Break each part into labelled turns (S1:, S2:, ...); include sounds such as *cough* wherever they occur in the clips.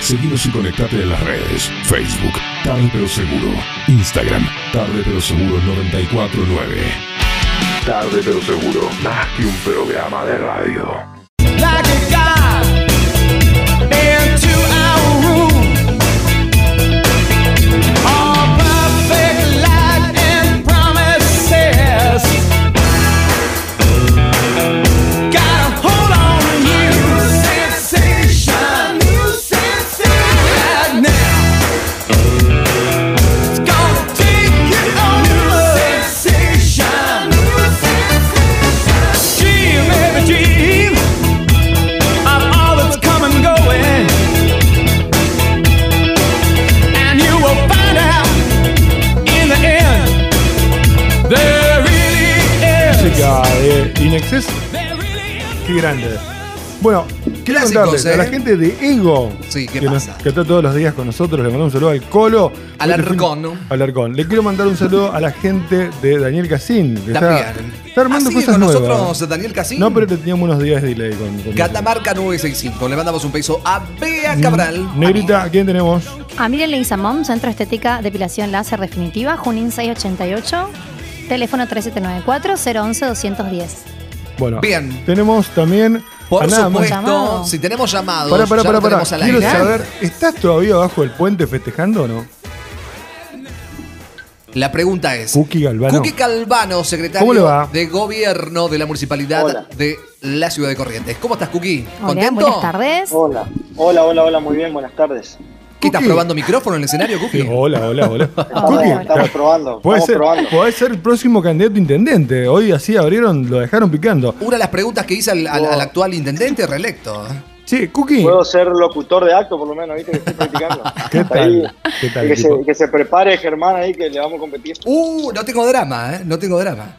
S1: Seguimos y conectate en las redes. Facebook, Tarde Pero Seguro. Instagram, Tarde Pero Seguro 949. Tarde Pero Seguro, más que un programa de radio.
S2: Like a god into our room. All perfect light and promises. Got a hold on you. sensation. New sensation. Right now. It's gonna take you on. New sensation. New sensation. Dream, baby, dream of all that's come and going. And you will find out in the end there really is.
S3: Música de Inexcess,
S2: There really is.
S3: Eh, qué grande. Bueno, quiero
S4: Clásicos,
S3: contarles a la
S4: eh.
S3: gente de Ego.
S4: Sí, ¿qué
S3: que, nos-
S4: pasa?
S3: que está todos los días con nosotros. Le mandamos un saludo al Colo.
S4: Al
S3: Hoy le fui-
S4: Arcón, ¿no?
S3: Al Arcón. Le quiero mandar un saludo a la gente de Daniel Casín. que está,
S4: También.
S3: está armando
S4: Así que
S3: cosas
S4: con
S3: nuevas.
S4: nosotros Daniel Casín.
S3: No, pero le teníamos unos días de delay con. con
S4: Catamarca 965. Le mandamos un peso a Bea
S3: Mm.
S4: Cabral.
S3: Negrita, ¿a quién tenemos?
S5: Amiria Leguizamón, Centro Estética Depilación Láser Definitiva, Junín 688, teléfono 3794-011-210.
S3: Bueno,
S4: Bien.
S3: tenemos también. a
S4: Por
S3: nada más-
S4: supuesto,
S5: Llamado.
S4: si tenemos llamados,
S3: Pará, pará,
S4: ya
S3: pará,
S4: lo
S3: pará.
S4: tenemos al
S3: Quiero
S4: aire.
S3: saber, ¿estás todavía abajo del puente festejando o no?
S4: La pregunta es:
S3: Cookie Galvano.
S4: Cookie Calvano, secretario
S3: ¿Cómo le va?
S4: de Gobierno de la Municipalidad
S6: Hola.
S4: de la Ciudad de Corrientes. ¿Cómo estás, Cookie?
S5: Hola,
S4: ¿Contento?
S5: buenas tardes.
S3: Oh,
S6: Hola, hola, hola, hola, muy bien, buenas tardes.
S4: ¿Qué estás
S3: Cookie. oh.
S4: probando micrófono en el escenario, Cookie?
S3: Hola, hola, hola.
S6: Estamos,
S3: Cookie,
S6: estamos probando,
S3: Puede
S6: estamos
S3: ser,
S6: probando.
S3: podés ser el próximo candidato a intendente. Hoy así abrieron, lo dejaron picando.
S4: Una de las preguntas que hice al, al- al actual intendente reelecto. ¿eh?
S3: Che, Cookie.
S6: Puedo ser locutor de acto, por lo menos, ¿viste? Que estoy practicando.
S3: *laughs* ¿Qué
S6: Está ahí.
S3: tal? ¿Qué tal,
S6: que,
S3: tipo?
S6: se, que se prepare Germán ahí, que le vamos a competir.
S4: Uh, no tengo drama, ¿eh? No tengo drama.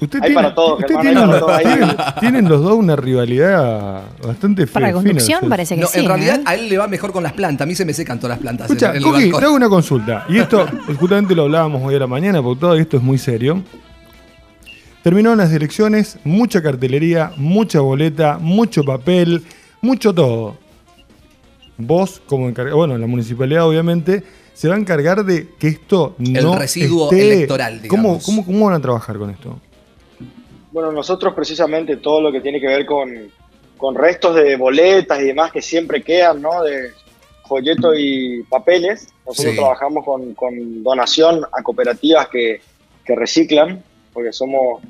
S3: Usted
S6: Hay para todos,
S3: usted
S6: hermano,
S3: tiene
S6: hay
S3: una-
S6: para todos,
S3: tienen,
S6: hay-
S3: tienen los dos una rivalidad bastante fe-
S5: Para la
S3: fina,
S5: conducción
S3: sí.
S5: parece que
S4: No,
S5: sí.
S4: en realidad
S5: ¿eh?
S4: a él le va mejor con las plantas. A mí se me secan todas las plantas. en-
S3: Escucha,
S4: en el
S3: Cookie,
S4: balcón.
S3: te hago una consulta. Y esto, justamente lo hablábamos hoy a la mañana, porque todo esto es muy serio. Terminaron las elecciones, mucha cartelería, mucha boleta, mucho papel, mucho todo. Vos, como encargado, bueno, la municipalidad obviamente, se va a encargar de que esto no.
S4: residuo
S3: esté-
S4: electoral,
S3: ¿Cómo,
S4: digamos.
S3: cómo, ¿Cómo van a trabajar con esto?
S6: Bueno, nosotros precisamente todo lo que tiene que ver con, con restos de boletas y demás que siempre quedan, ¿no? De folletos y papeles. Nosotros
S4: Sí.
S6: trabajamos con, con donación a cooperativas que, que reciclan, porque somos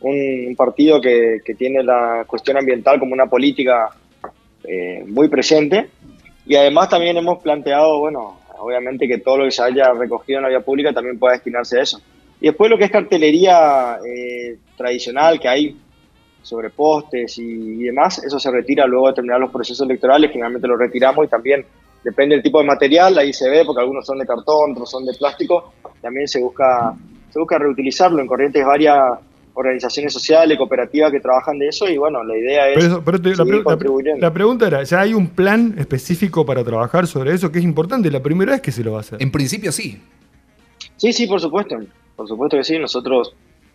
S6: un, un partido que, que tiene la cuestión ambiental como una política eh, muy presente. Y además también hemos planteado, bueno, obviamente que todo lo que se haya recogido en la vía pública también pueda destinarse a eso. Y después lo que es cartelería eh, tradicional que hay sobre postes y, y demás, eso se retira luego de terminar los procesos electorales, generalmente lo retiramos y también depende del tipo de material, ahí se ve porque algunos son de cartón, otros son de plástico, también se busca, se busca reutilizarlo, en Corrientes varias organizaciones sociales, cooperativas que trabajan de eso y bueno, la idea es...
S3: Pero, eso- pero te- la,
S6: seguir
S3: pre- la pre-
S6: contribuyendo.
S3: la pregunta era: ¿ya hay un plan específico para trabajar sobre eso? Que es importante, la primera vez que se lo va a hacer.
S4: En principio sí.
S6: Sí, sí, por supuesto. Por supuesto que sí. Nosotros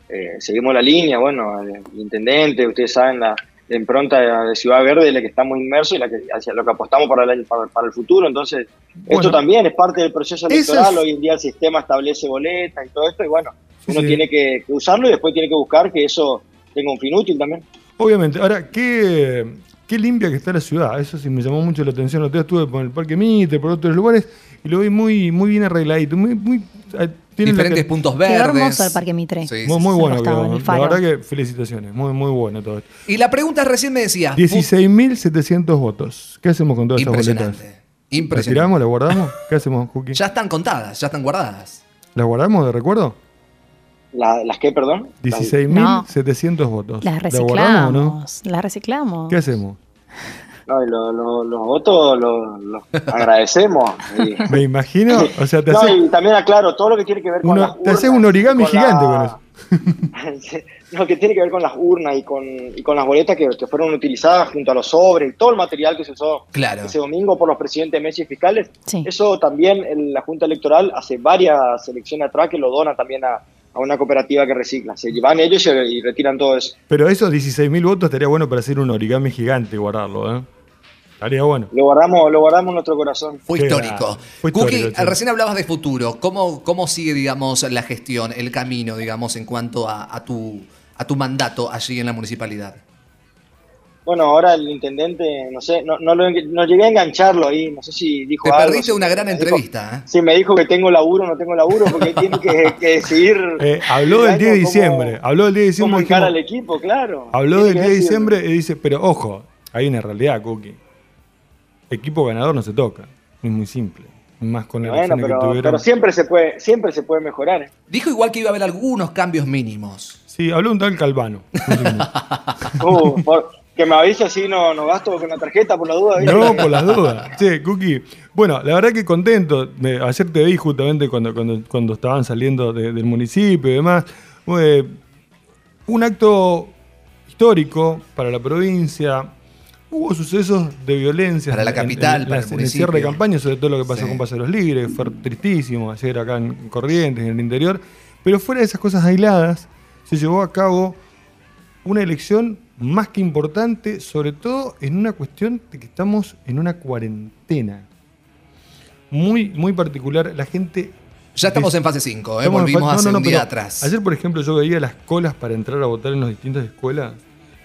S6: eh, seguimos la línea. Bueno, el intendente, ustedes saben la, la impronta de, de Ciudad Verde en la que estamos inmersos y la que, hacia lo que apostamos para el, año- para, para el futuro. Entonces,
S3: Bueno.
S6: esto también es parte del proceso
S3: Eso es-
S6: electoral. Hoy en día el sistema establece boletas y todo esto. Y bueno,
S3: Sí,
S6: uno
S3: sí.
S6: tiene que, que usarlo y después tiene que buscar que eso tenga un fin útil también.
S3: Obviamente. Ahora, ¿qué, qué limpia que está la ciudad. Eso sí me llamó mucho la atención. El otro día estuve por el Parque Mitre, por otros lugares, y lo vi muy, muy bien arregladito. Muy, muy, ah, tiene la
S4: Diferentes
S3: ca-
S4: puntos
S5: Quedó
S4: verdes.
S5: hermoso el Parque
S4: Sí,
S5: Mitre.
S4: sí,
S3: Muy,
S4: sí.
S3: muy
S5: sí,
S3: bueno.
S5: costado,
S3: quedó.
S5: en el
S3: la
S5: faro.
S3: verdad que felicitaciones. Muy, muy bueno todo esto.
S4: Y la pregunta recién me decía.
S3: 16.700 votos. ¿Qué hacemos con todas esas boletas?
S4: Impresionante.
S3: ¿Las
S4: Impresionante.
S3: tiramos? ¿Las guardamos? ¿Qué hacemos, Cookie?
S4: Ya están contadas, ya están guardadas.
S3: ¿Las guardamos de recuerdo?
S6: La- ¿Las qué, perdón? Las-
S3: 16.700 votos.
S5: Las
S3: guardamos o
S5: reciclamos.
S3: no?
S5: Las reciclamos.
S3: ¿Qué hacemos?
S6: no, y lo- lo- los votos los, los
S3: *laughs*
S6: agradecemos. Y-
S3: Me imagino, o sea, te
S6: no,
S3: haces
S6: y también aclaro todo lo que tiene que ver con
S3: Uno-
S6: las
S3: te haces
S6: urnas,
S3: un origami
S6: con la-
S3: gigante con
S6: *laughs*
S3: eso.
S6: no, que tiene que ver con las urnas y con, y con las boletas que, que fueron utilizadas junto a los sobres y todo el material que se usó
S4: Claro.
S6: ese domingo por los presidentes de Messi fiscales.
S5: Sí.
S6: Eso también en la Junta Electoral hace varias elecciones atrás que lo dona también a, a una cooperativa que recicla. Se llevan ellos y, y retiran todo eso.
S3: Pero esos 16.000 votos estaría bueno para hacer un origami gigante y guardarlo, ¿eh? Estaría bueno.
S6: Lo guardamos, lo guardamos en nuestro corazón.
S4: Fue
S3: Qué
S4: histórico.
S3: grande. Fue
S4: Cookie,
S3: histórico, sí.
S4: recién hablabas de futuro. ¿Cómo, ¿Cómo sigue, digamos, la gestión, el camino, digamos, en cuanto a, a tu, a tu mandato allí en la municipalidad?
S6: Bueno, ahora el intendente, no sé, no, no, lo- no llegué a engancharlo ahí, no sé si dijo
S4: Te
S6: algo.
S4: perdiste una gran
S6: Me dijo-
S4: entrevista, ¿eh?
S6: Sí, me dijo que tengo laburo, no tengo laburo, porque tiene que, que decidir.
S3: *laughs* Eh, habló del
S6: el
S3: 10 de
S6: año
S3: diciembre.
S6: cómo-
S3: Habló del 10 de diciembre.
S6: Cómo encara al
S3: dijimos-
S6: equipo, claro.
S3: Habló
S6: Tiene
S3: del
S6: que
S3: 10 de
S6: decir,
S3: diciembre y dice, pero ojo, hay una realidad, Cookie. Equipo ganador no se toca. Es muy simple. Más con la
S6: Bueno,
S3: elecciones que
S6: pero,
S3: tuvieron.
S6: pero siempre se puede, siempre se puede mejorar. ¿eh?
S4: Dijo igual que iba a haber algunos cambios mínimos.
S3: Sí, habló un tal Calvano. No, sé cómo.
S6: Uh, por- que me avise así no, no gasto con la tarjeta por la duda. ¿viste?
S3: No, por las dudas. Che, Cookie. Bueno, la verdad que contento. Me- ayer te vi justamente cuando, cuando, cuando estaban saliendo de- del municipio y demás. Eh, un acto histórico para la provincia. Hubo sucesos de violencia.
S4: Para la
S3: en-
S4: capital,
S3: en,
S4: para
S3: en-
S4: el
S3: en cierre de
S4: municipio.
S3: campaña, sobre todo lo que pasó
S4: Sí.
S3: con Paseros Libres. Fue tristísimo ayer acá en Corrientes, en el interior. Pero fuera de esas cosas aisladas, se llevó a cabo una elección más que importante, sobre todo en una cuestión de que estamos en una cuarentena. Muy, muy particular. La gente
S4: Ya estamos
S3: Sí.
S4: en fase 5, ¿eh?
S3: Estamos en
S4: volvimos
S3: fa- no,
S4: hace
S3: no, no,
S4: un día
S3: pero
S4: atrás.
S3: Ayer, por ejemplo, yo veía las colas para entrar a votar en las distintas escuelas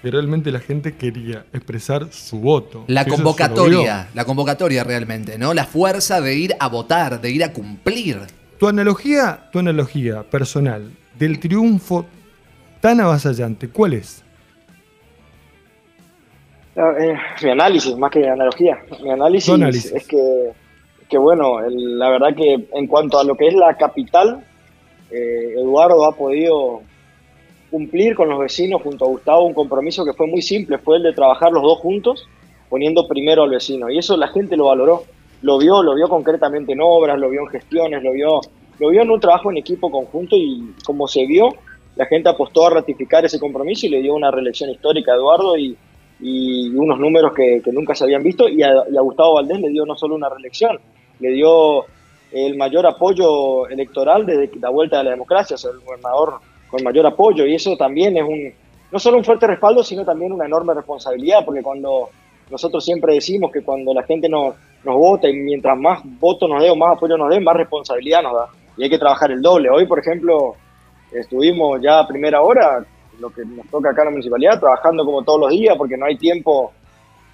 S3: y realmente la gente quería expresar su voto.
S4: La
S3: Eso se lo
S4: convocatoria, la convocatoria realmente, ¿no? La fuerza de ir a votar, de ir a cumplir.
S3: vio. Tu analogía, tu analogía personal del triunfo tan avasallante, ¿cuál es?
S6: Eh, mi análisis, más que analogía. Mi análisis,
S3: Tu análisis.
S6: es que, que bueno, el- la verdad que en cuanto a lo que es la capital, eh, Eduardo ha podido cumplir con los vecinos junto a Gustavo un compromiso que fue muy simple, fue el de trabajar los dos juntos, poniendo primero al vecino. Y eso la gente lo valoró, lo vio, lo vio concretamente en obras, lo vio en gestiones, lo vio, lo vio en un trabajo en equipo conjunto y como se vio, la gente apostó a ratificar ese compromiso y le dio una reelección histórica a Eduardo y, y unos números que, que nunca se habían visto y a, y a Gustavo Valdés le dio no solo una reelección, le dio el mayor apoyo electoral desde la vuelta de la democracia, o sea, el gobernador con mayor apoyo y eso también es un no solo un fuerte respaldo, sino también una enorme responsabilidad, porque cuando nosotros siempre decimos que cuando la gente nos, nos vota y mientras más votos nos dé o más apoyo nos dé, más responsabilidad nos da y hay que trabajar el doble. Hoy, por ejemplo, estuvimos ya a primera hora, lo que nos toca acá en la municipalidad, trabajando como todos los días, porque no hay tiempo,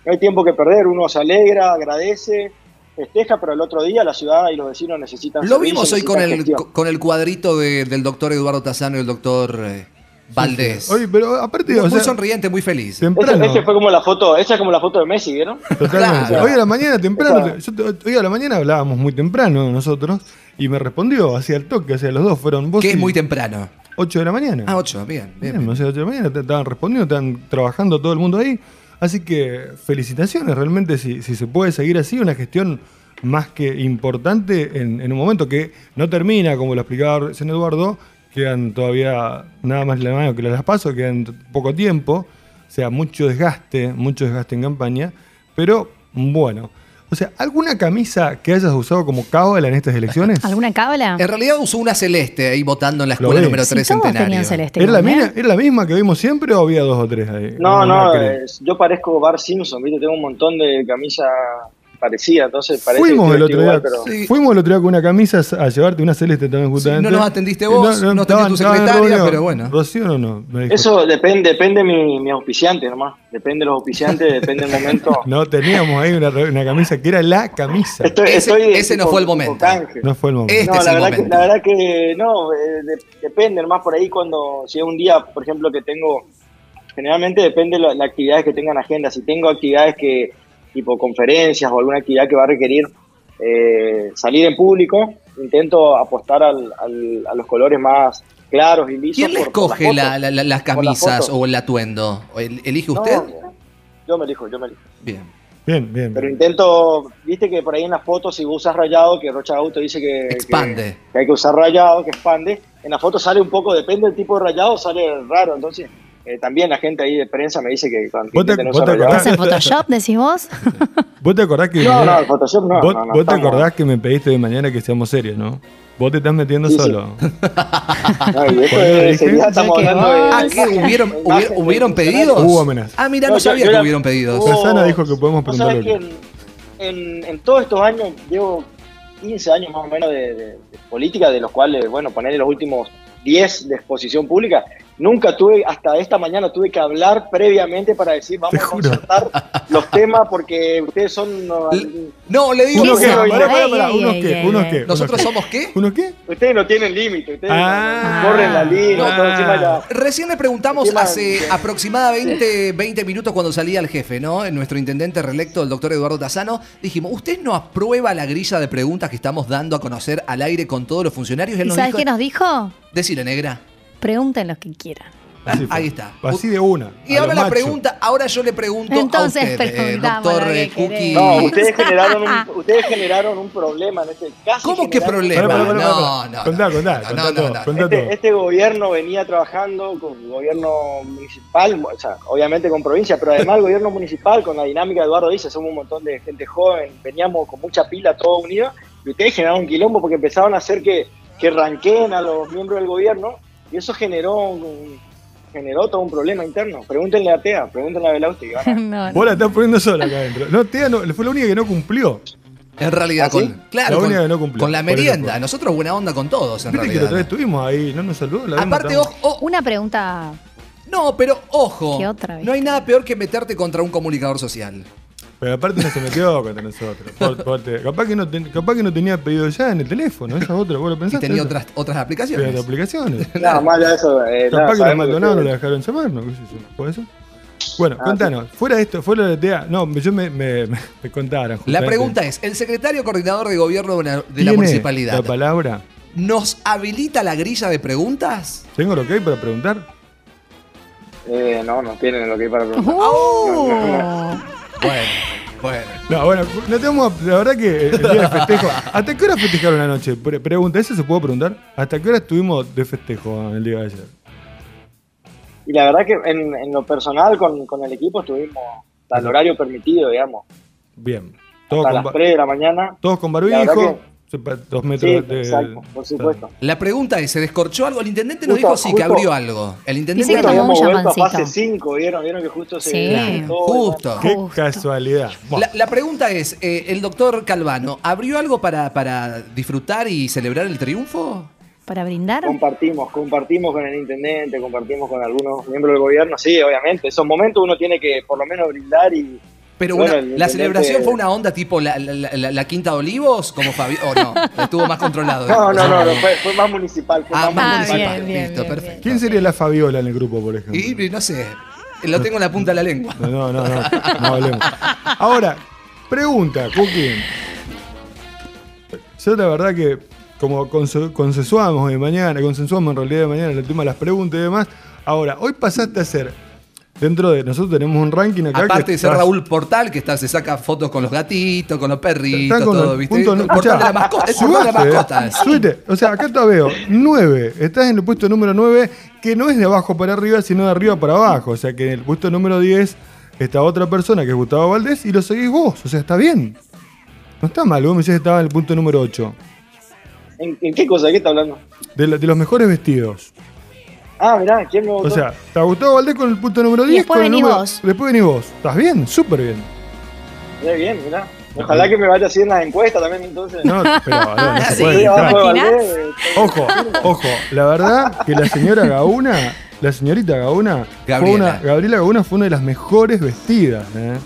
S6: no hay tiempo que perder. Uno se alegra, agradece, festeja, pero el otro día la ciudad y los vecinos necesitan.
S4: Lo
S6: servicio,
S4: vimos hoy con
S6: necesitan
S4: el,
S6: gestión.
S4: con el cuadrito de- del doctor Eduardo Tazano y el doctor eh, Valdés.
S3: Oye, pero aparte,
S4: muy,
S3: o
S4: muy
S3: sea,
S4: sonriente, muy feliz.
S6: Ese,
S3: temprano.
S6: ese fue como la foto, esa es como la foto de Messi, ¿vieron?
S3: Totalmente.
S4: Claro.
S3: Hoy a la mañana temprano,
S6: Esa-
S3: yo te- hoy a la mañana hablábamos muy temprano nosotros y me respondió hacia el toque, hacia los dos, fueron vos
S4: Que es
S3: y
S4: muy temprano.
S3: 8 de la mañana.
S4: Ah, 8, bien, bien.
S3: Bien, o sea, 8 de la mañana te- estaban respondiendo, estaban trabajando todo el mundo ahí. Así que felicitaciones, realmente si, si se puede seguir así, una gestión más que importante en, en un momento que no termina, como lo explicaba recién Eduardo, quedan todavía nada más la mano que las paso, quedan t- poco tiempo, o sea, mucho desgaste, mucho desgaste en campaña, pero bueno. O sea, ¿alguna camisa que hayas usado como cábala en estas elecciones?
S5: *laughs* ¿Alguna cábala?
S4: En realidad usó una celeste ahí votando en la
S3: Lo
S4: escuela
S3: ves.
S4: número
S5: Sí,
S4: 3
S5: todos
S4: centenario.
S5: tenían celeste.
S3: ¿Era la,
S5: igual,
S3: mina-
S5: ¿eh?
S3: ¿Era la misma que vimos siempre o había dos o tres ahí?
S6: No,
S3: Una
S6: no,
S3: crema.
S6: eh, yo parezco Bar Simpson, ¿viste? Tengo un montón de camisas parecidas, entonces parece
S3: Fuimos
S6: que
S3: el
S6: estoy
S3: otro día.
S6: igual, pero-
S4: Sí.
S3: Fuimos el otro día con una camisa a llevarte una celeste también justamente.
S4: no nos atendiste
S3: Eh,
S4: vos, no atendió tu
S3: estaban- estaban
S4: secretaria,
S3: reunidos.
S4: pero bueno.
S3: Rocío no, no. me dijo.
S6: Eso depende, depende mi, mi auspiciante nomás. Depende de los auspiciantes, depende del momento.
S3: *laughs* No teníamos ahí una, re- una camisa que era la camisa.
S6: Estoy-
S4: Ese-
S6: estoy de
S4: ese no
S6: tipo-
S4: fue el
S6: tipo
S4: momento.
S6: canje.
S3: No fue el momento.
S4: Este
S6: No,
S4: es
S6: la,
S4: el
S6: verdad que,
S4: momento.
S6: la verdad que no, eh, de- depende, más por ahí cuando, si es un día, por ejemplo, que tengo, generalmente depende de las actividades que tengan agenda, si tengo actividades que, tipo conferencias o alguna actividad que va a requerir eh, salir en público, intento apostar al- al- a los colores más claros y lisos.
S4: ¿Quién les
S6: por- por las
S4: coge la-
S6: fotos.
S4: la- la- las
S6: Por las
S4: camisas
S6: fotos.
S4: o el atuendo? ¿O el- ¿Elige
S6: No,
S4: usted?
S6: yo me elijo, yo me elijo.
S4: Bien.
S3: Bien, bien.
S6: Pero intento, viste que por ahí en las fotos, si vos usas rayado, que Rocha Auto dice Eh, que. que-
S4: Expande.
S6: Que, hay que usar rayado, que expande. En las fotos sale un poco, depende del tipo de rayado, sale raro. Entonces, eh, también la gente ahí de prensa me dice que cuando
S3: ¿Vos te-
S6: intenten
S3: vos *laughs*
S6: usar
S3: te
S6: rayado-
S4: *laughs*
S5: ¿Estás en Photoshop, decís vos?
S3: ¿Vos te acordás que.
S6: No, no, el Photoshop no.
S3: vos
S6: no, no,
S3: vos te
S6: estamos-
S3: acordás que me pediste de mañana que seamos serios, ¿no? Vos te estás metiendo
S6: Sí, sí. *laughs*
S3: solo.
S6: No, y esto
S3: Cuando
S6: es-
S3: dije-
S6: sería- estamos
S5: Ya que
S6: hablando de.
S4: Ah, ¿qué? ¿Hubieron, hubi-
S6: imagen de-
S4: ¿hubieron pedidos?
S3: Hubo amenazas.
S4: Ah, mira,
S6: No,
S4: no
S6: yo-
S4: sabía
S6: yo
S4: que
S6: era-
S4: hubieron pedidos.
S6: Oh.
S3: Rosana dijo que podemos
S6: Vos sabés que
S3: preguntarle.
S6: en, en- en todos estos años llevo 15 años más o menos de, de- de política, de los cuales, bueno, ponerle los últimos 10 de exposición pública, nunca tuve, hasta esta mañana tuve que hablar previamente para decir, vamos a
S3: juro.
S6: consultar
S4: *laughs*
S6: los temas porque ustedes son... no,
S4: L- No, le digo.
S3: ¿Uno qué?
S5: Esa,
S3: Pará, pará,
S5: ey,
S3: pará.
S5: ey,
S3: ¿Unos
S5: ey,
S3: qué?
S5: ey,
S3: ¿Unos
S5: ey.
S3: qué?
S4: ¿Nosotros
S3: ¿Unos
S4: somos qué?
S3: qué? ¿Unos qué?
S6: ustedes no tienen límite, ustedes
S3: Ah.
S6: no- corren la línea,
S3: Ah.
S6: todo encima ya-
S4: Recién le preguntamos
S6: Encima-
S4: hace aproximadamente 20 minutos cuando salía el jefe, ¿no? Nuestro intendente reelecto, el doctor Eduardo Tazano, dijimos, ¿usted no aprueba la grilla de preguntas que estamos dando a conocer al aire con todos los funcionarios? Y él
S5: ¿Y
S4: nos
S5: sabes
S4: dijo,
S5: qué nos dijo?
S4: Decile, negra.
S5: Pregunten los que quieran. *laughs*
S3: Así fue.
S4: Ahí está.
S3: Así de una.
S4: Y
S3: a
S4: ahora
S3: lo
S4: la
S3: macho.
S4: pregunta, ahora yo le pregunto
S5: Entonces
S4: a usted, eh,
S5: preguntamos
S4: doctor
S5: lo que
S4: eh, Cookie.
S5: querés.
S6: No, ustedes
S4: *laughs*
S6: generaron, un, ustedes generaron un problema en este caso.
S4: ¿Cómo que problema?
S3: Pará, pará, pará,
S4: No,
S3: pará.
S4: no, no.
S3: Contá, contá,
S4: No,
S3: contá
S4: no,
S3: todo,
S4: no.
S3: contá todo.
S6: Este, este gobierno venía trabajando con gobierno municipal, o sea, obviamente con provincia, pero además el gobierno municipal, con la dinámica de Eduardo dice, somos un montón de gente joven, veníamos con mucha pila, todo unido, y ustedes generaron un quilombo porque empezaron a hacer que, que ranqueen a los miembros del gobierno, y eso generó un- generó todo un problema interno. Pregúntenle a Tea, pregúntenle a Velauste, que
S5: *laughs*
S6: van a-
S5: No,
S3: Vos la estás poniendo sola acá adentro. No, Tea no, fue la única que no cumplió.
S4: En realidad,
S6: ¿Ah, sí?
S4: con, claro,
S3: La
S4: con,
S3: única que no cumplió,
S4: con la
S3: por eso
S4: merienda.
S3: fue.
S4: Nosotros buena onda con todos, en
S3: Viste que la otra vez
S4: realidad.
S3: estuvimos ahí, no nos saludó. La vimos,
S4: Aparte,
S3: estábamos-
S4: ojo, oh,
S5: Una
S4: *laughs*
S5: pregunta.
S4: no, pero ojo,
S5: ¿Qué otra vez?
S4: no hay nada peor que meterte contra un comunicador social.
S3: Pero aparte no se metió contra nosotros. Por- por- capaz, que no ten- capaz que no tenía pedido ya en el teléfono. Esa otra, vos lo
S4: Y
S3: pensaste.
S4: tenía
S3: eso?
S4: otras, otras
S3: Pero
S4: aplicaciones.
S3: de
S4: *laughs*
S3: aplicaciones.
S6: Nada más allá de eso. eh,
S3: Capaz
S6: nada,
S3: que los
S6: sabemos que
S3: Maldonado no
S6: ustedes-
S3: la dejaron llamar, ¿no? ¿Qué sé yo? ¿Puede ser? Bueno,
S6: Ah,
S3: contanos. Fuera de esto, fuera de TEA. No, me- yo me, me, me- me contaron.
S4: La
S3: justamente.
S4: pregunta es, el secretario coordinador de gobierno de la- de la
S3: ¿Tiene
S4: municipalidad,
S3: La palabra.
S4: ¿nos habilita la grilla de preguntas?
S3: ¿Tengo lo que hay para preguntar?
S6: Eh, no, no tienen lo que hay para preguntar.
S5: ¡Oh!
S4: Bueno, bueno.
S3: No, bueno, no tenemos. La verdad que el día de festejo. ¿Hasta qué hora festejaron la noche? Pre- pregunta, ¿eso se puede preguntar? ¿Hasta qué hora estuvimos de festejo en el día de ayer?
S6: Y la verdad que en, en lo personal con, con el equipo estuvimos hasta el horario permitido, digamos,
S3: Bien. Todos
S6: hasta
S3: con,
S6: las
S3: ba-
S6: 3 de la mañana.
S3: todos con
S6: La verdad
S3: barbijo,
S6: que-
S3: sepa- dos
S6: Sí,
S3: metros de.
S6: exacto, por supuesto.
S4: La pregunta es, ¿se descorchó algo? El intendente nos
S6: Justo,
S4: dijo sí, que
S6: justo.
S4: abrió algo. El intendente
S5: Dice que
S6: Justo
S5: tomó un
S6: habíamos vuelto a
S5: llamancito.
S6: fase 5, ¿vieron? ¿Vieron que justo se...
S5: Sí.
S6: se todo, y bueno.
S4: justo.
S3: Qué
S5: Justo.
S3: casualidad. Bueno,
S4: La, la pregunta es, eh, el doctor Calvano, ¿abrió algo para, para disfrutar y celebrar el triunfo?
S5: ¿Para brindar?
S6: Compartimos, compartimos con el intendente, compartimos con algunos miembros del gobierno. Sí, obviamente, esos momentos uno tiene que por lo menos brindar y...
S4: Pero
S6: Bueno,
S4: una-
S6: el
S4: la
S6: intendente-
S4: celebración fue una onda tipo la, la- la- la- la Quinta de Olivos, como Fabi... ¿O
S5: *laughs*
S4: no? Estuvo más controlado.
S6: No, no, no, no, fue, fue más municipal. Fue
S4: Ah,
S6: más
S4: más
S5: Ah,
S6: municipal.
S4: municipal.
S5: bien, bien,
S4: Listo,
S5: bien,
S4: perfecto.
S3: ¿Quién sería la Fabiola en el grupo, por ejemplo?
S4: Y, y no sé, lo tengo en la punta de la lengua.
S3: No, no, no, no, no hablemos. Ahora, pregunta, Cookie. Yo la verdad que como conse- consensuamos de mañana, consensuamos en realidad de mañana el tema de las preguntas y demás. Ahora, hoy pasaste a ser, dentro de nosotros tenemos un ranking acá. que
S4: Aparte de ser
S3: estás-
S4: Raúl Portal, que está, se saca fotos con los gatitos, con los perritos,
S3: Están con
S4: todo,
S3: los
S4: ¿viste?
S3: puntos-
S4: El portal
S3: escuchá,
S4: de la mascota, es el portal
S3: subaste,
S4: de
S3: eh.
S4: las mascotas.
S3: Subite. O sea, acá te veo. 9. Estás en el puesto número 9, que no es de abajo para arriba, sino de arriba para abajo. O sea, que en el puesto número 10 está otra persona que es Gustavo Valdés y lo seguís vos. O sea, está bien. No está mal. Vos me decías que estaba en el punto número 8.
S5: Ah,
S6: ¿En, en qué cosa? ¿De qué está hablando?
S3: De, la- de los mejores vestidos.
S6: Ah, mirá, ¿quién me votó?
S3: O sea, está Gustavo Valdés con el punto número 10.
S5: después
S3: con el
S5: venís
S3: número-
S5: vos.
S3: Después venís vos. Estás bien, súper bien.
S6: Muy bien, mirá. Ojalá que me vaya así en las encuestas también, entonces.
S3: eh. No, pero no, no se
S5: *laughs* Sí,
S3: puede
S6: Estoy
S3: evitar.
S6: abajo de
S5: ¿Imaginás?
S6: Valdés, eh,
S3: Ojo, ojo, la verdad que la señora Gauna, la señorita Gauna, fue
S4: Gabriela.
S3: una, Gabriela Gauna fue una de las mejores vestidas, ¿eh?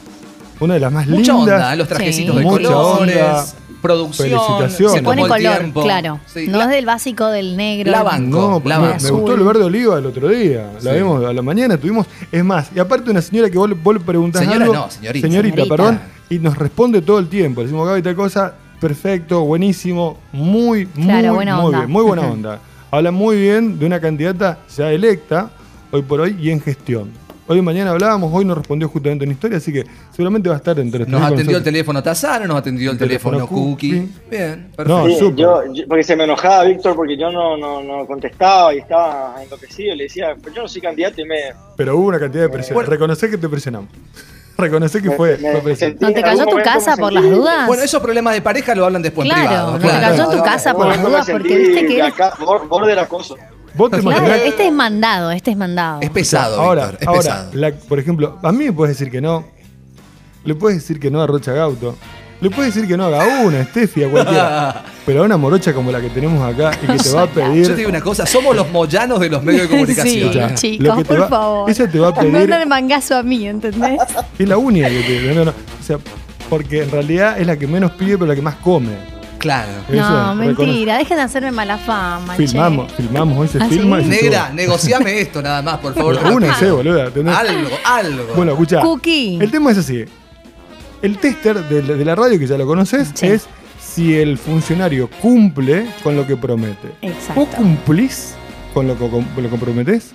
S3: una de las más
S4: Mucha
S3: lindas.
S4: onda, ¿eh? los trajecitos
S5: Sí.
S4: de
S3: Mucha
S4: colores,
S3: onda.
S4: producción,
S3: Felicitaciones.
S5: Se pone
S4: tomó el
S5: color,
S4: tiempo.
S5: claro.
S4: Sí,
S5: no
S4: la-
S5: es del básico del negro.
S4: La banca.
S3: No,
S4: La
S3: me- me,
S5: azul.
S3: gustó el verde oliva el otro día. La
S4: Sí.
S3: vimos a la mañana, tuvimos. Es más, y aparte una señora que vos, le- vos le preguntás
S4: Señora
S3: algo.
S4: no, señorita.
S5: Señorita.
S3: perdón. Y nos responde todo el tiempo. Le decimos, Gaby, tal cosa, perfecto, buenísimo, muy,
S5: Claro,
S3: muy,
S5: buena
S3: muy
S5: onda.
S3: bien, muy
S5: *laughs*
S3: buena
S5: Ujú.
S3: onda. Habla muy bien de una candidata ya electa, hoy por hoy, y en gestión. Hoy y mañana hablábamos, hoy nos respondió justamente una historia, así que seguramente va a estar entre
S4: Nos atendió el teléfono Tazano, nos atendió el
S3: El teléfono
S4: teléfono Cookie.
S3: Cookie.
S4: Bien,
S3: No,
S4: perfecto.
S6: Sí,
S3: súper.
S6: yo, yo- porque se me enojaba Víctor porque yo no, no, no contestaba y estaba enloquecido. Le decía, pues yo no soy candidato y me.
S3: Pero hubo una cantidad de presión.
S4: Bueno.
S3: Reconocé que te presionamos. *laughs* Reconocer que fue.
S6: Me- me
S3: fue presa.
S6: sentí
S5: ¿No te
S6: en algún
S5: cayó tu
S6: momento me
S5: casa por las
S6: sentí-
S5: dudas?
S4: Bueno, esos problemas de pareja lo hablan después en privado.
S5: Claro, no te
S4: claro.
S5: cayó en tu
S6: En
S5: casa
S6: algún
S5: por las
S6: momento me
S5: dudas porque
S6: sentí
S5: viste que
S6: de
S5: era-
S6: acá, bor- Borde del acoso.
S3: Vos te
S5: Claro,
S3: imaginás-
S5: este es mandado, este es mandado.
S4: Es pesado,
S3: Ahora,
S4: Víctor, es
S3: ahora
S4: pesado.
S3: la- por ejemplo, a mí me puedes decir que no. Le puedes decir que no a Rocha Gauto. Le puedes decir que no a Gauna, a Steffi, a
S4: *laughs*
S3: cualquiera. Pero a una morocha como la que tenemos acá y que te va a
S4: Yo te digo
S3: pedir.
S4: una cosa, somos los moyanos de los medios de comunicación.
S5: *laughs* Sí.
S3: Escuchá,
S5: Chicos,
S3: que te
S5: por
S3: va-
S5: favor.
S3: Ella te va a
S5: No
S3: pedir.
S5: andan el mangazo a mí, ¿entendés?
S3: Es la única que te. no, no. O sea, porque en realidad es la que menos pide, pero la que más come.
S4: Claro.
S3: Eso,
S5: No, mentira, dejen de hacerme mala fama.
S3: reconoce.
S5: che.
S3: Filmamos, filmamos, hoy se
S5: ¿Ah,
S3: filma
S5: sí?
S3: y se
S4: Negra,
S3: sube.
S4: negociame esto nada más, por favor.
S3: Pero *laughs* Una se boluda. ¿entendés?
S4: Algo, algo.
S3: Bueno, escucha.
S5: Cookie.
S3: El tema es así. El tester de, la- de la radio, que ya lo conoces,
S5: Sí.
S3: es si el funcionario cumple con lo que promete.
S5: Exacto.
S3: ¿Vos cumplís con lo que com- lo comprometés?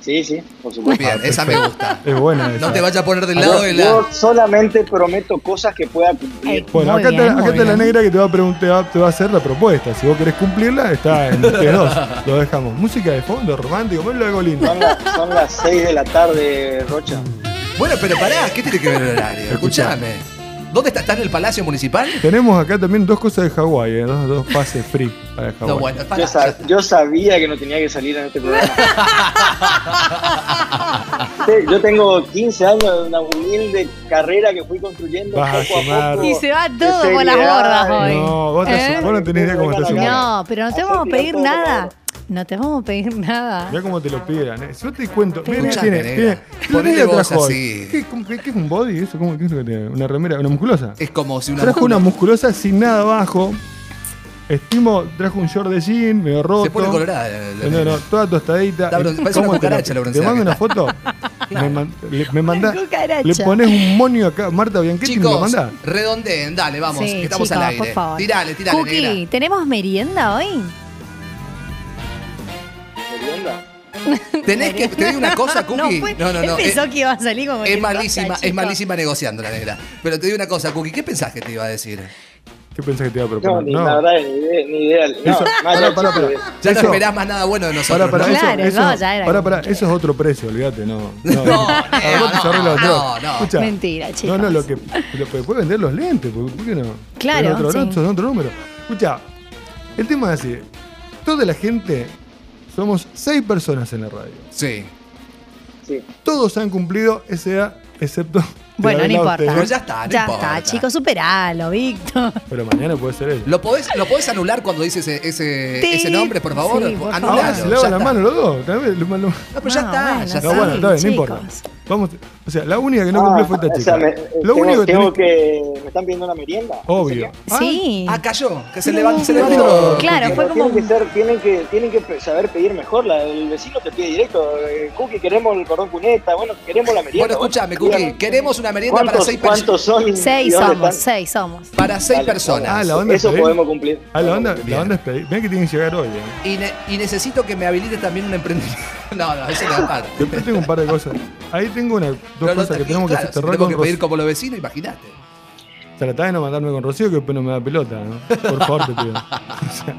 S6: Sí, sí, por supuesto.
S4: Bien, esa me gusta.
S3: Es buena ah, esa.
S4: No te vayas a poner *laughs* del
S6: Yo,
S4: lado de la.
S6: yo solamente prometo cosas que pueda cumplir.
S5: Ey,
S3: Bueno,
S5: Eh, muy
S3: acá,
S5: bien,
S3: está, acá
S5: muy
S3: está la
S5: bien.
S3: negra que te va a preguntar, te va a hacer la propuesta. Si vos querés cumplirla, está
S4: *laughs*
S3: en ustedes dos. Lo dejamos. Música de fondo, romántico, ponle algo lindo.
S6: Son, las- son las 6 de la tarde, Rocha.
S4: Bueno, pero pará, ¿qué tiene que ver el horario?
S3: Escuchá.
S4: Escúchame. ¿Dónde está? ¿Está en el Palacio Municipal?
S3: Tenemos acá también dos cosas de Hawái, eh, dos, dos pases free para Hawái.
S4: No, bueno,
S6: Yo,
S4: pará.
S6: sa- yo sabía que no tenía que salir en
S5: *laughs*
S6: este programa. Sí, yo tengo 15 años de una humilde carrera que fui construyendo
S3: Vas a
S6: poco a
S3: sumar.
S6: poco.
S5: Y se va todo por las
S6: Seriedad.
S5: bordas hoy.
S3: No, vos, te-
S5: ¿Eh?
S3: vos no tenés idea cómo estás
S6: No.
S3: sumando.
S5: No, pero no te
S6: Hacé
S5: vamos a
S6: tirar
S5: pedir
S6: todo,
S5: nada.
S6: por
S5: No te vamos a pedir nada.
S3: Mirá cómo te lo pidan, eh. Si yo te cuento, mira,
S4: Escuchame,
S3: tiene,
S4: nena.
S3: tiene,
S4: Ponete
S3: mira,
S4: vos
S3: trajo hoy.
S4: así.
S3: ¿Qué, cómo- qué- qué es un body? ¿Eso? ¿Cómo, ¿Qué es lo que tiene? ¿Una remera? ¿Una musculosa?
S4: Es como si una.
S3: trajo una musculosa sin nada abajo. Estimo, trajo un short de jean, medio roto.
S4: Se pone colorada. la- la-
S3: No, no, toda tostadita. Eh,
S4: Está bron- parece
S3: ¿Cómo
S4: una
S3: te la-
S4: cucaracha la
S3: Te
S4: bronceada
S3: mando
S4: que
S3: una
S4: *laughs*
S3: foto. me, man- le, me mandá-
S5: cucaracha.
S3: Le pones un monio acá, Marta Bianchetti, y me lo
S4: Chicos,
S3: mandás.
S4: redondeen, dale, vamos,
S5: Sí,
S4: que estamos
S5: chicos,
S4: al aire.
S5: por favor.
S4: Tirale, tirale,
S5: Cookie,
S4: negra.
S5: ¿tenemos merienda hoy?
S6: ¿Merienda?
S4: ¿Tenés que, ¿Te digo una
S5: *laughs*
S4: cosa, Cookie?
S5: fue- él
S3: eh,
S5: pensó que iba a salir como
S4: Es
S5: cualquier cosa,
S4: malísima, es
S5: chico.
S4: malísima negociando la negra. Pero te digo una cosa, Cookie, ¿qué pensás que te iba a decir?
S3: ¿Qué pensás que te iba a
S6: No,
S3: proponer?
S6: ni, la verdad, ni idea. Ni idea. No,
S3: Eso,
S6: más
S3: pará,
S6: allá
S3: pará,
S6: de-
S3: pará.
S4: Ya
S3: Eso-
S4: no esperás más nada bueno de nosotros.
S3: Para, para,
S4: ¿no?
S5: eso- Claro,
S3: eso,
S5: no, ya era
S3: para,
S5: como
S3: para,
S5: que-
S3: eso es otro precio, olvídate, no.
S4: *laughs* *laughs* No,
S3: A
S4: eh,
S3: vos te
S4: no,
S3: cerré los
S4: no,
S3: dos.
S4: no.
S3: Escuchá,
S5: Mentira,
S3: No,
S5: chicos.
S3: no, lo que, lo que puede vender los lentes, ¿por por qué no?
S5: Claro,
S3: Es otro,
S5: sí.
S3: otro, otro número. Escucha, el tema es así. Toda la gente, somos seis personas en la radio.
S4: Sí.
S6: sí.
S3: Todos han cumplido esa edad, excepto...
S5: *laughs* Bueno, no
S3: Adela
S5: importa.
S3: Ortega.
S4: Pero ya está, no
S5: ya
S4: importa.
S5: está, chicos,
S3: *laughs*
S5: superalo, Víctor.
S3: ¿eh? Pero mañana puede ser ella.
S4: ¿Lo podés, ¿Lo podés anular cuando dices ese, ese,
S5: Sí.
S4: ese nombre, por favor?
S5: Sí, por
S4: Anulalo.
S5: favor.
S3: Ahora
S5: claro,
S3: Ah, se
S4: ya
S3: lavan la
S4: está.
S3: mano los dos. también, lo- lo-
S4: No, pero ya
S5: No,
S4: está,
S5: bueno,
S4: ya
S5: sí.
S3: No, bueno,
S4: está.
S3: está bien, no
S5: chicos.
S3: importa. Vamos, o sea, la única que no
S6: Ah,
S3: cumplió fue esta
S6: o
S3: chica.
S6: sea, me-
S3: lo
S6: tengo,
S3: único que tenés-
S6: tengo que... Me están pidiendo una merienda.
S3: Obvio. Ah,
S5: sí.
S4: Ah, cayó, que se levantó. Se
S5: No,
S4: levantó.
S5: claro,
S6: Pero
S5: fue como
S6: tienen, que
S5: un-
S6: ser, tienen, que, tienen que pe- saber pedir mejor. La- el vecino te pide directo. eh, Cookie, queremos el cordón cuneta. Bueno, queremos la merienda.
S4: Bueno, escúchame, Cookie. Queremos una merienda para
S6: ¿Cuántos,
S4: seis, perso-
S6: ¿Cuántos son?
S5: Seis
S6: ¿Y dónde
S5: somos,
S6: están?
S5: seis somos.
S4: para seis
S6: Dale,
S4: personas.
S3: Ah, la onda
S6: Eso
S3: es pedir.
S6: podemos cumplir.
S3: Ah, la onda, la
S4: Bien.
S3: onda es pedir. Mirá que tienen que llegar hoy. eh.
S4: Y, ne- y necesito que me habilites también un emprendimiento. *laughs* No, no, eso no para.
S3: Después tengo un par de cosas. Ahí tengo una, dos
S4: No, no,
S3: cosas que
S4: está-
S3: tenemos que
S4: claro, si
S3: cerrar
S4: tenemos
S3: con
S4: que pedir
S3: Rocío.
S4: como los vecinos, imagínate.
S3: Tratá de no mandarme con Rocío, que después no me da pelota. ¿no? Por favor, te pido. *laughs* O sea,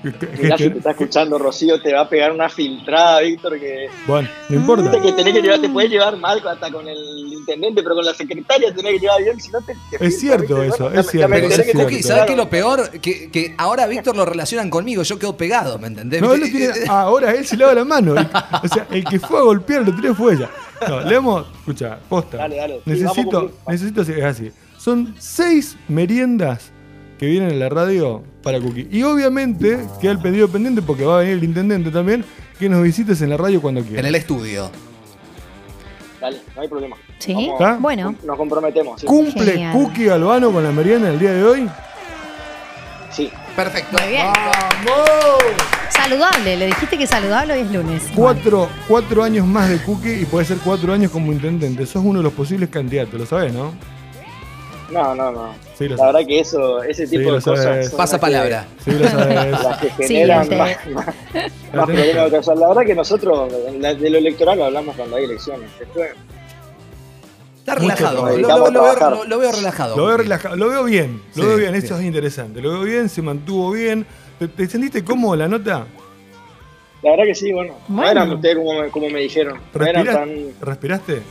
S3: que- que-
S6: Mirá, si
S3: que-
S6: te está escuchando, Rocío, te va a pegar una filtrada, Víctor, que,
S3: bueno, no importa.
S6: que tenés que llevar, te puedes llevar mal hasta con el intendente, pero con la secretaria tenés que llevar bien, si no te, te filtra,
S3: cierto
S6: ¿viste?
S3: eso,
S6: Bueno, ya
S3: es
S6: me-
S3: cierto.
S6: ya
S4: Pero
S6: me
S3: Pero
S6: enteré
S3: es
S6: que te
S3: cierto.
S4: Cookie, ¿sabes qué es lo
S6: filtraron.
S4: peor? Que, que ahora a Víctor lo relacionan conmigo, yo quedo pegado, ¿me entendés?
S3: No, él lo tiene- ahora él se lava la mano. El- o sea, el que fue a golpear lo tiró fue ella. No, le damos, escucha, posta.
S6: Dale, dale. Sí, vamos a
S3: necesito,
S6: cumplir.
S3: necesito, es así. Son seis meriendas que vienen en la radio para Cookie. Y obviamente queda el pedido pendiente porque va a venir el intendente también, que nos visites en la radio cuando
S4: *laughs* En
S3: quieras.
S4: el estudio.
S6: Dale, no hay problema.
S5: Sí,
S4: ¿Ah?
S6: Vamos,
S5: bueno.
S6: Nos comprometemos. Sí,
S3: ¿Cumple
S5: Genial.
S3: Cookie Galvano con la merienda el día de hoy?
S6: sí.
S4: Perfecto.
S5: Muy bien. Saludable, le dijiste que saludable hoy es lunes.
S3: Cuatro, cuatro años más de Cookie y puede ser cuatro años como intendente. Sos uno de los posibles candidatos, lo sabes, ¿no?
S6: No, no, no.
S3: Sí, lo
S6: la
S3: sabes.
S6: verdad que eso, ese tipo
S3: lo
S6: de cosas.
S3: sabes.
S6: son
S4: Pasa
S6: las que-
S4: palabra.
S3: Sí, lo
S4: *laughs*
S3: sabes.
S6: Las que
S5: *laughs* Sí,
S6: generan
S5: este-
S6: más, más, más problemas. O sea, la verdad que nosotros en la- de lo electoral hablamos cuando hay elecciones. Después,
S4: Está
S3: Mucho
S4: relajado. Lo,
S3: trabajo.
S4: lo- lo veo,
S6: Trabajar.
S4: lo- lo veo relajado.
S3: Lo veo,
S4: Cookie.
S3: relajado, lo veo bien, lo
S4: Sí,
S3: veo bien, eso
S4: bien.
S3: es interesante. Lo veo bien, se mantuvo bien. ¿Te, te sentiste cómodo la nota?
S6: La verdad que sí, bueno. No
S5: Bueno.
S6: eran ustedes como me, como me dijeron. No eran
S3: ¿Respira-
S6: tan.
S3: ¿Respiraste?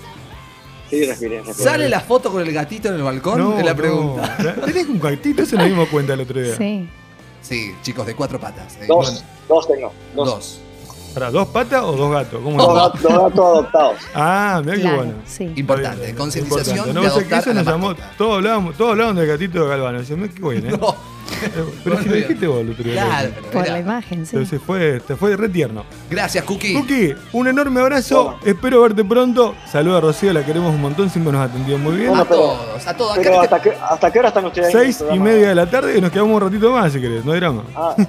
S6: Sí, respiré, respiré.
S4: ¿Sale la foto con el gatito en el balcón?
S3: No,
S4: es la
S3: no.
S4: pregunta.
S3: Tenés un gatito, se nos dimos cuenta el otro día.
S5: Sí.
S4: Sí, chicos, de cuatro patas. eh,
S6: Dos, dos tengo.
S4: bueno,
S6: Dos,
S4: dos.
S3: ¿Para dos patas o dos gatos? ¿Cómo
S6: dos,
S3: es?
S6: gat- dos gatos
S3: *laughs*
S6: adoptados.
S3: Ah, mirá
S5: Claro,
S3: qué bueno.
S5: sí.
S3: Está
S4: Importante.
S3: bien,
S4: Concientización
S3: importante.
S4: de
S3: No sé que
S4: adoptar
S3: eso
S4: a la
S3: nos llamó.
S4: mascota.
S3: Todos hablábamos, todos hablaban del gatito de Galvano. Yo me qué bueno, ¿eh?
S4: *laughs* No,
S3: Pero si lo dijiste vos el otro día.
S4: claro,
S3: Loco.
S4: pero
S5: Por
S4: era-
S5: la imagen, sí.
S3: Entonces fue, te fue re tierno.
S4: Gracias, Cookie.
S3: Cookie, un enorme abrazo. Espero verte pronto. Saluda a Rocío, la queremos un montón. Siempre nos atendió muy bien.
S4: A
S6: Bueno, pero-
S4: todos, a todos. Acá
S6: Pero
S4: te-
S6: ¿hasta qué, ¿hasta qué hora están ustedes ahí? en el
S3: Seis y
S6: programa?
S3: media de la tarde y nos quedamos un ratito más, si querés. No hay drama. *laughs*
S6: Ah, no,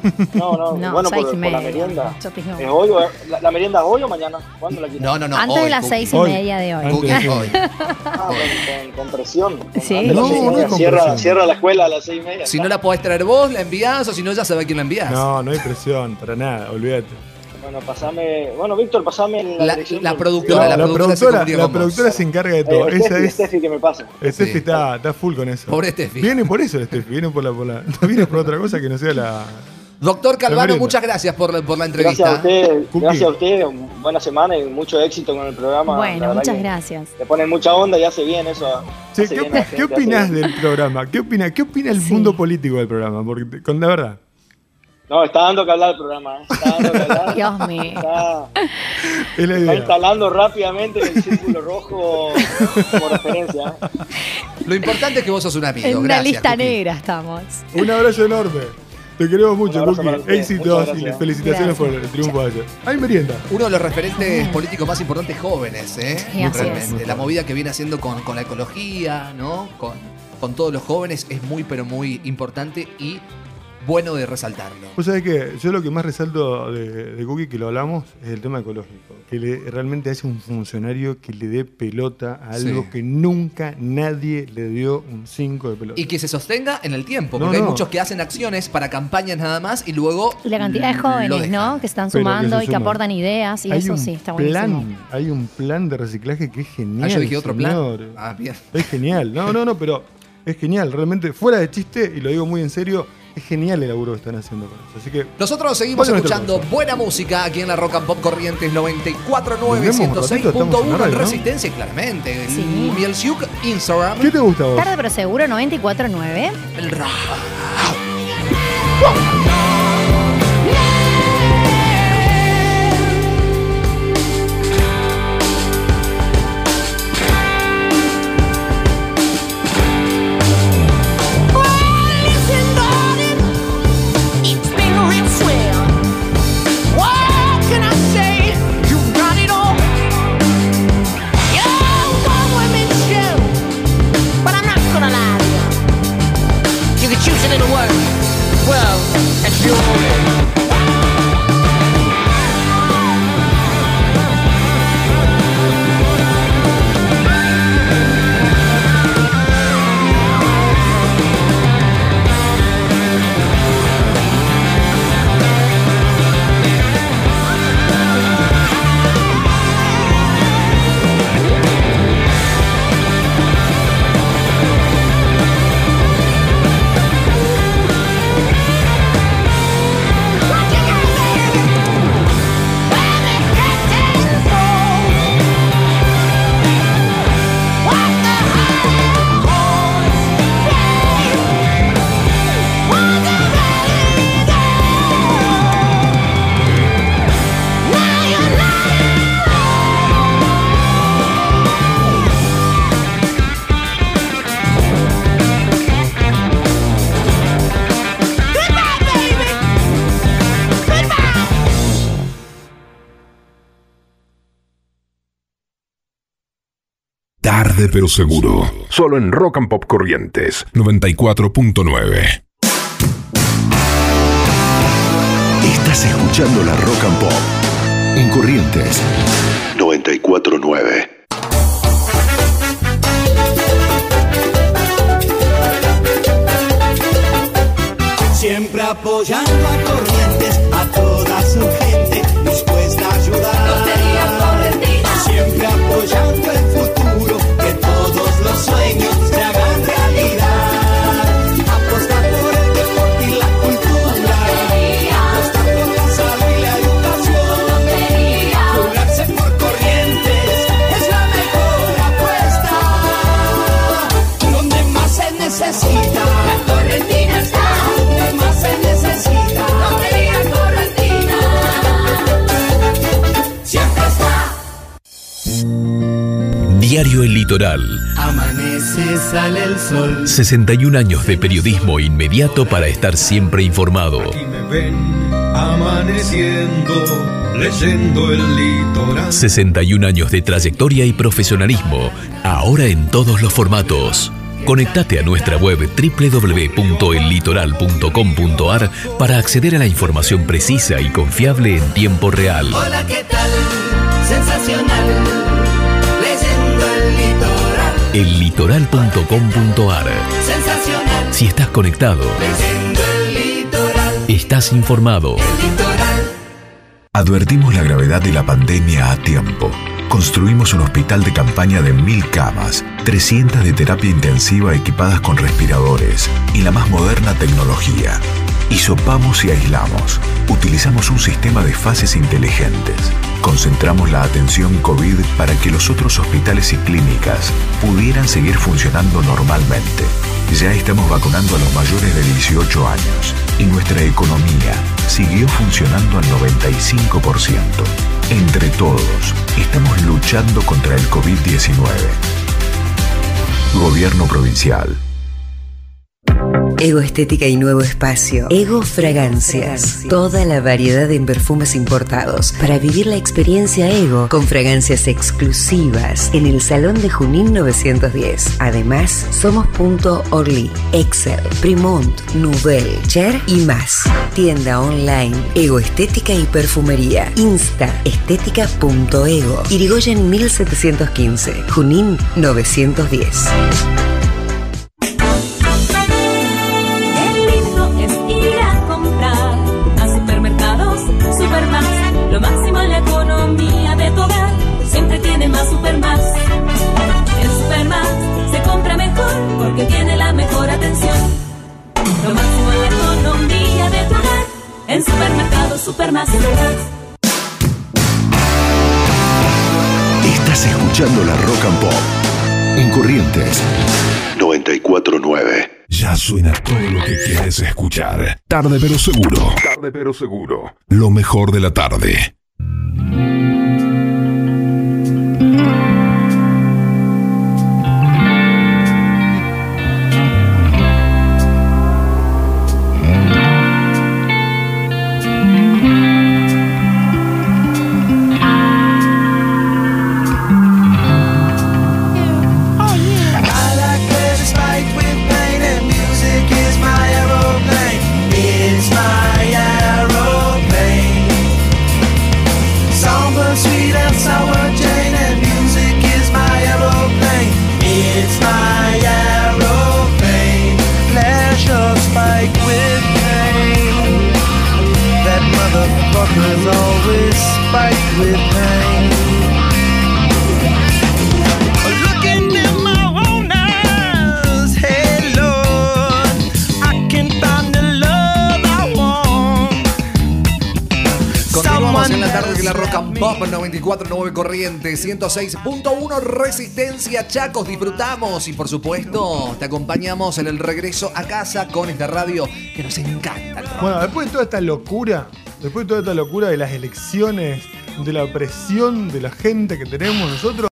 S6: no,
S5: No,
S6: bueno,
S5: seis
S6: por,
S5: y
S6: por la
S5: media.
S6: merienda.
S5: Yo te digo.
S6: ¿Es hoy o la, la merienda es hoy o mañana? ¿Cuándo la quitan?
S4: No, no, no.
S5: Antes
S4: hoy,
S5: de las
S4: Cookie.
S5: seis y
S3: Hoy.
S5: media de hoy.
S3: Antes.
S4: Cookie, hoy.
S6: Ah, con, con, con presión. Con-
S5: Sí.
S6: antes de las
S3: No,
S6: seis y
S3: no
S6: media.
S3: es con presión.
S6: cierra, cierra la escuela a las seis y media.
S4: Si no la podés traer vos, la envías, o si no, ya sabe quién la envías.
S3: No, no hay presión, para nada, olvídate.
S6: Bueno, pasame. Bueno, Víctor, pasame la,
S4: La-
S6: dirección
S4: la
S6: por-
S4: productora,
S6: Eh,
S4: la- productora se
S3: productora,
S4: comunica
S3: la
S4: con vos.
S3: productora se encarga de todo.
S6: eh,
S3: Esa
S6: Steffi,
S3: es. eh,
S6: Steffi, que me pase.
S3: Steffi
S4: Sí.
S3: está, está full con eso.
S4: Pobre Steffi.
S3: Viene por eso Steffi, viene por la, por la- *laughs* no viene por otra cosa que no sea la.
S4: Doctor Calvano,
S3: Tremendo.
S4: muchas gracias por la, por la entrevista.
S6: Gracias a ustedes,
S3: Cookie.
S6: gracias a ustedes, buena semana y mucho éxito con el programa. La
S5: Bueno,
S6: verdad
S5: muchas
S6: que
S5: gracias.
S6: Le ponen mucha onda y hace bien eso.
S3: Che,
S6: hace
S3: ¿qué,
S6: bien a la
S3: ¿Qué
S6: gente, hace
S3: opinás
S6: bien.
S3: del programa? ¿Qué opina, qué opina el
S5: Sí.
S3: mundo político del programa? Porque te- con la verdad.
S6: No, está dando que hablar el programa. eh. Está dando que
S5: *laughs*
S6: hablar.
S5: Dios mío.
S6: Está,
S3: Es la
S6: está
S3: idea.
S6: instalando rápidamente en el círculo rojo como referencia. eh.
S4: Lo importante es que vos sos un amigo.
S5: En una
S4: gracias,
S5: lista
S4: Cookie.
S5: negra estamos.
S3: Un abrazo enorme. Te queremos mucho,
S6: abrazo para
S3: Cookie.
S6: ustedes.
S3: Éxitos
S6: Muchas
S3: y
S6: gracias.
S3: felicitaciones por el
S5: Gracias.
S3: triunfo ayer. Hay merienda.
S4: Uno de los referentes políticos más importantes jóvenes, ¿eh?
S5: Sí, así
S4: Realmente.
S3: es.
S4: La movida que viene haciendo con, con la ecología, ¿no? Con, con todos los jóvenes es muy, pero muy importante y bueno de resaltarlo.
S3: Vos sabés que yo lo que más resalto de, de Cookie, que lo hablamos, es el tema ecológico. Que le, realmente hace un funcionario que le dé pelota a algo
S4: Sí.
S3: que nunca nadie le dio un 5 de pelota.
S4: Y que se sostenga en el tiempo,
S3: No,
S4: porque hay
S3: no.
S4: muchos que hacen acciones para campañas nada más y luego.
S5: Y la cantidad de
S4: Mm, lo
S5: jóvenes,
S4: dejan.
S5: ¿no? Que se están
S3: Pero que
S5: sumando
S3: se
S5: y que
S3: suman.
S5: aportan ideas y
S3: hay
S5: eso
S3: un
S5: sí, está buenísimo.
S3: plan, hay un plan de reciclaje que es genial.
S4: Ah, yo dije otro
S3: señor.
S4: plan. Ah, bien.
S3: Es genial. No, no, no, pero es genial. Realmente, fuera de chiste, y lo digo muy en serio, es genial el laburo que están haciendo con eso. Así que
S4: Nosotros seguimos
S3: Ponle nuestro
S4: escuchando
S3: corazón.
S4: buena música aquí en la Rock and Pop Corrientes
S3: Nos vemos un ratito, estamos en la
S4: 949-106.1 en
S3: radio, ¿no?
S4: Resistencia, claramente.
S5: Sí.
S4: El Mielsiuk, Instagram,
S3: ¿Qué te gusta a vos?
S5: Tarde pero seguro, 94.9.
S4: el rock.
S7: Well, it's your
S1: Tarde pero seguro. Solo en Rock and Pop Corrientes 94.9.
S8: Estás escuchando la Rock and Pop en Corrientes 949.
S9: Siempre apoyando a Corrientes, a toda su gente, dispuesta a ayudar. Siempre apoyando el futuro, que todos los sueños se hagan realidad. Apostar por el deporte y la cultura. Apostar por la salud y la educación. Jugarse por Corrientes es la mejor apuesta.
S10: Radio El Litoral.
S9: Amanece, sale el sol.
S10: 61 años de periodismo inmediato para estar siempre informado.
S11: Amaneciendo, leyendo el litoral.
S10: 61 años de trayectoria y profesionalismo, ahora en todos los formatos. Conectate a nuestra web www.ellitoral.com.ar para acceder a la información precisa y confiable en tiempo real.
S9: Hola, ¿qué tal? Sensacional. Leyendo el litoral.
S10: Ellitoral.com.ar
S9: Sensacional.
S10: Si estás conectado,
S9: Leyendo el litoral.
S10: estás informado.
S9: Litoral.
S8: Advertimos la gravedad de la pandemia a tiempo. Construimos un hospital de campaña de mil camas, 300 de terapia intensiva equipadas con respiradores y la más moderna tecnología. Hisopamos y aislamos. Utilizamos un sistema de fases inteligentes. Concentramos la atención COVID para que los otros hospitales y clínicas pudieran seguir funcionando normalmente. Ya estamos vacunando a los mayores de 18 años y nuestra economía siguió funcionando al 95%. Entre todos, estamos luchando contra el COVID-19. Gobierno provincial.
S12: Ego Estética y Nuevo Espacio. Ego Fragancias. Toda la variedad en perfumes importados para vivir la experiencia Ego con fragancias exclusivas en el Salón de Junín 910. Además, somos Punto Orly, Excel, Primont, Nouvelle, Cher y más. Tienda online Ego Estética y Perfumería. Insta estética.ego. Irigoyen 1715. Junín 910.
S13: Qué lindo es ir a comprar a supermercados, Supermax, lo máximo en la economía de tu hogar, siempre tiene más Supermax. En Supermax se compra mejor porque tiene la mejor atención. Lo máximo en la economía de tu hogar, en supermercados, Supermax.
S8: Estás escuchando la Rock and Pop. En Corrientes.
S1: 949. Ya suena todo lo que quieres escuchar. Tarde pero seguro. Tarde pero seguro. Lo mejor de la tarde.
S9: All I could is fight with pain, and music is my aeroplane. It's my aeroplane. Somber, sweet, and sour Jane, and music is my aeroplane. It's my aeroplane. Pleasure spiked with pain. That motherfucker's always spiked with pain. Looking in my own eyes, hey Lord, I can find the love I want.
S4: Continuamos en la tarde de la Rock and Pop 94.9 Corriente 106.1 Resistencia Chacos. Disfrutamos y por supuesto te acompañamos en el regreso a casa con esta radio que nos encanta.
S3: Bueno, después de toda esta locura, después de toda esta locura de las elecciones, de la presión de la gente que tenemos nosotros,